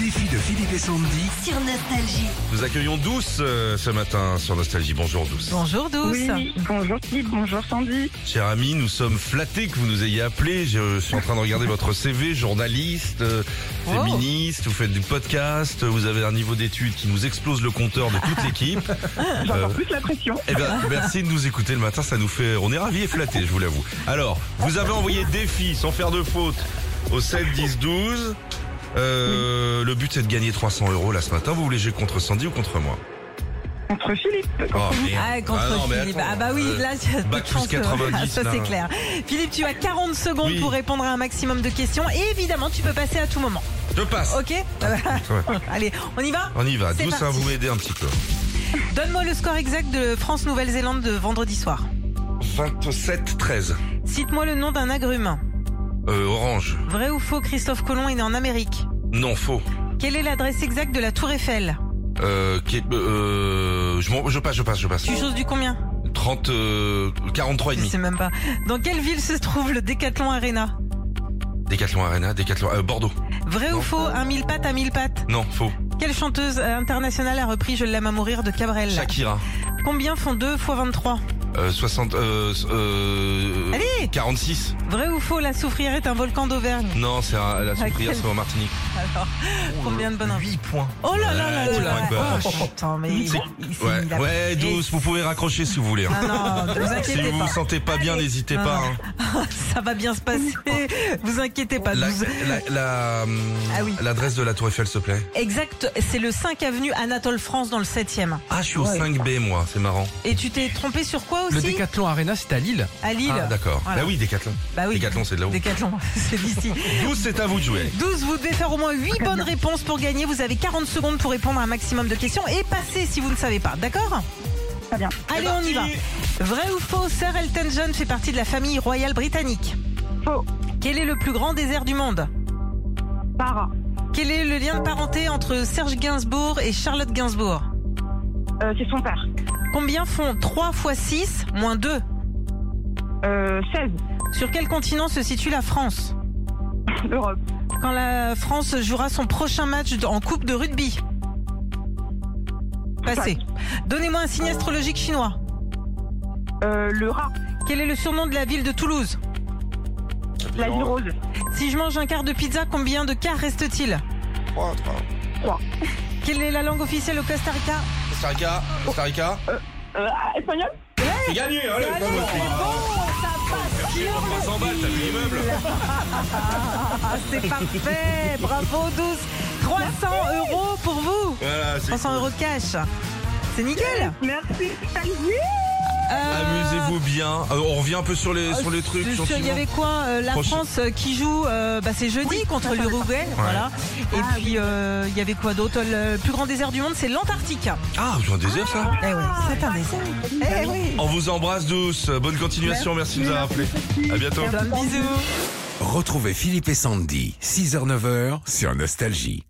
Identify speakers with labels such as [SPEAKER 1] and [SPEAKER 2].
[SPEAKER 1] Suffit de Philippe et Sandy
[SPEAKER 2] sur Nostalgie.
[SPEAKER 3] Nous accueillons Douce euh, ce matin sur Nostalgie. Bonjour Douce.
[SPEAKER 4] Bonjour Douce.
[SPEAKER 5] Oui, bonjour Philippe, bonjour Sandy.
[SPEAKER 3] Cher ami, nous sommes flattés que vous nous ayez appelé. Je suis en train de regarder votre CV, journaliste, euh,
[SPEAKER 4] Oh.
[SPEAKER 3] féministe, vous faites du podcast, vous avez un niveau d'études qui nous explose le compteur de toute l'équipe. Euh,
[SPEAKER 5] J'entends plus la pression.
[SPEAKER 3] eh ben, merci de nous écouter le matin, ça nous fait... On est ravis et flattés, je vous l'avoue. Alors, vous avez envoyé défi sans faire de faute au 7, 10, 12. Euh, le but c'est de gagner 300 euros là ce matin. Vous voulez jouer contre Sandy ou contre moi
[SPEAKER 5] Contre Philippe.
[SPEAKER 3] Oh, merde.
[SPEAKER 4] Ah, contre
[SPEAKER 3] non, mais
[SPEAKER 4] Philippe.
[SPEAKER 3] attends,
[SPEAKER 4] ah bah oui,
[SPEAKER 3] euh,
[SPEAKER 4] là, tu as
[SPEAKER 3] bac
[SPEAKER 4] peu de
[SPEAKER 3] plus 90,
[SPEAKER 4] ça
[SPEAKER 3] là.
[SPEAKER 4] c'est clair. Philippe, tu as 40 secondes
[SPEAKER 3] Oui.
[SPEAKER 4] pour répondre à un maximum de questions et évidemment, tu peux passer à tout moment.
[SPEAKER 3] Je passe.
[SPEAKER 4] Ok Allez, on y va
[SPEAKER 3] On y va.
[SPEAKER 4] C'est
[SPEAKER 3] Douce,
[SPEAKER 4] parti.
[SPEAKER 3] hein, vous m'aidez un petit peu.
[SPEAKER 4] Donne-moi le score exact de France-Nouvelle-Zélande de vendredi soir.
[SPEAKER 3] 27, 13.
[SPEAKER 4] Cite-moi le nom d'un agrume.
[SPEAKER 3] Euh, orange.
[SPEAKER 4] Vrai ou faux, Christophe Colomb est né en Amérique.
[SPEAKER 3] Non, faux.
[SPEAKER 4] Quelle est l'adresse exacte de la Tour Eiffel
[SPEAKER 3] Euh, qui- euh, je, m'en- je passe, je passe, je passe.
[SPEAKER 4] Tu choses du combien
[SPEAKER 3] 30, euh, 43 et
[SPEAKER 4] Je
[SPEAKER 3] demi.
[SPEAKER 4] sais même pas. Dans quelle ville se trouve le Decathlon Arena
[SPEAKER 3] Décathlon Arena, Décathlon, euh, Bordeaux.
[SPEAKER 4] Vrai ou
[SPEAKER 3] Non.
[SPEAKER 4] faux, un mille pattes à mille pattes
[SPEAKER 3] Non, faux.
[SPEAKER 4] Quelle chanteuse internationale a repris Je l'aime à mourir de Cabrel
[SPEAKER 3] Shakira.
[SPEAKER 4] Combien font 2 x 23
[SPEAKER 3] Euh, 60, euh, euh,
[SPEAKER 4] Allez
[SPEAKER 3] 46.
[SPEAKER 4] Vrai ou faux, la soufrière est un volcan d'Auvergne
[SPEAKER 3] Non, c'est un- la soufrière,
[SPEAKER 4] Ah, quel-
[SPEAKER 3] c'est en Martinique.
[SPEAKER 4] Alors, combien de bonnes
[SPEAKER 3] 8 points.
[SPEAKER 4] Oh là là là
[SPEAKER 3] Ouais,
[SPEAKER 4] là
[SPEAKER 3] tu
[SPEAKER 4] là
[SPEAKER 3] l'as pas.
[SPEAKER 4] Oh, Putain, mais il, il s'est
[SPEAKER 3] Ouais,
[SPEAKER 4] mis la-
[SPEAKER 3] ouais, douce, vous pouvez raccrocher si vous voulez. hein.
[SPEAKER 4] Non, non, ne vous
[SPEAKER 3] Si
[SPEAKER 4] inquiétez
[SPEAKER 3] vous vous
[SPEAKER 4] pas. Ah.
[SPEAKER 3] sentez pas bien, n'hésitez
[SPEAKER 4] Non,
[SPEAKER 3] pas.
[SPEAKER 4] non.
[SPEAKER 3] hein.
[SPEAKER 4] Ça va bien se passer. Vous inquiétez pas.
[SPEAKER 3] La-
[SPEAKER 4] douze.
[SPEAKER 3] la- la, hum,
[SPEAKER 4] Ah oui.
[SPEAKER 3] L'adresse de la Tour Eiffel, s'il te plaît.
[SPEAKER 4] Exact, c'est le 5 avenue Anatole France dans le 7e.
[SPEAKER 3] Ah, je suis au 5B, moi, c'est marrant.
[SPEAKER 4] Et tu t'es trompé sur quoi
[SPEAKER 6] Le
[SPEAKER 4] aussi
[SPEAKER 6] Décathlon Arena, c'est à Lille.
[SPEAKER 4] À Lille.
[SPEAKER 3] Ah, d'accord.
[SPEAKER 4] Voilà.
[SPEAKER 3] Bah oui, Décathlon.
[SPEAKER 4] Bah oui.
[SPEAKER 3] Décathlon, c'est de là-haut.
[SPEAKER 4] Décathlon, c'est d'ici.
[SPEAKER 3] Vous, c'est à vous de jouer.
[SPEAKER 4] 12, vous devez faire au moins 8 bonnes réponses pour gagner. Vous avez 40 secondes pour répondre à un maximum de questions et passer si vous ne savez pas. D'accord
[SPEAKER 5] Très bien.
[SPEAKER 4] Allez, on y va. Vrai ou faux, Sir Elton John fait partie de la famille royale britannique.
[SPEAKER 5] Faux.
[SPEAKER 4] Quel est le plus grand désert du monde
[SPEAKER 5] Para.
[SPEAKER 4] Quel est le lien de parenté entre Serge Gainsbourg et Charlotte Gainsbourg
[SPEAKER 5] Euh, c'est son père.
[SPEAKER 4] Combien font 3 x 6 moins 2
[SPEAKER 5] Euh, 16.
[SPEAKER 4] Sur quel continent se situe la France
[SPEAKER 5] L'Europe.
[SPEAKER 4] Quand la France jouera son prochain match en Coupe de rugby Passé. Donnez-moi un signe astrologique chinois.
[SPEAKER 5] Euh, le rat.
[SPEAKER 4] Quel est le surnom de la ville de Toulouse
[SPEAKER 5] La vie rose.
[SPEAKER 4] Si je mange un quart de pizza, combien de quarts reste-t-il
[SPEAKER 5] Trois.
[SPEAKER 4] Quelle est la langue officielle au Costa Rica
[SPEAKER 3] Costa Rica, Costa Rica.
[SPEAKER 5] Euh, ah, espagnol
[SPEAKER 3] C'est gagné, allez,
[SPEAKER 4] Allez,
[SPEAKER 3] bon,
[SPEAKER 4] c'est bon, ça passe sur le
[SPEAKER 3] 300 balles, t'as vu l'immeuble
[SPEAKER 4] Ah, c'est parfait Bravo, 12 300 euros pour vous
[SPEAKER 3] Voilà, c'est
[SPEAKER 4] 300 euros de cash C'est nickel
[SPEAKER 5] Merci.
[SPEAKER 4] Euh,
[SPEAKER 3] Amusez-vous bien. Euh, on revient un peu sur les,
[SPEAKER 4] euh,
[SPEAKER 3] sur les trucs.
[SPEAKER 4] je suis sûre, Il y
[SPEAKER 3] gentiment.
[SPEAKER 4] avait quoi euh, La
[SPEAKER 3] Proche-
[SPEAKER 4] France euh, qui joue, euh, bah, c'est jeudi contre l'Uruguay, voilà. Et puis euh, il y avait quoi d'autre Le plus grand désert du monde, c'est l'Antarctique.
[SPEAKER 3] Ah, vous en désert, ça
[SPEAKER 4] Eh oui, c'est un désert. Eh oui.
[SPEAKER 3] On vous embrasse douce. Bonne continuation, merci, de nous avoir appelés. À bientôt.
[SPEAKER 4] Un bisou.
[SPEAKER 1] Retrouvez Philippe et Sandy, 6h-9h sur Nostalgie.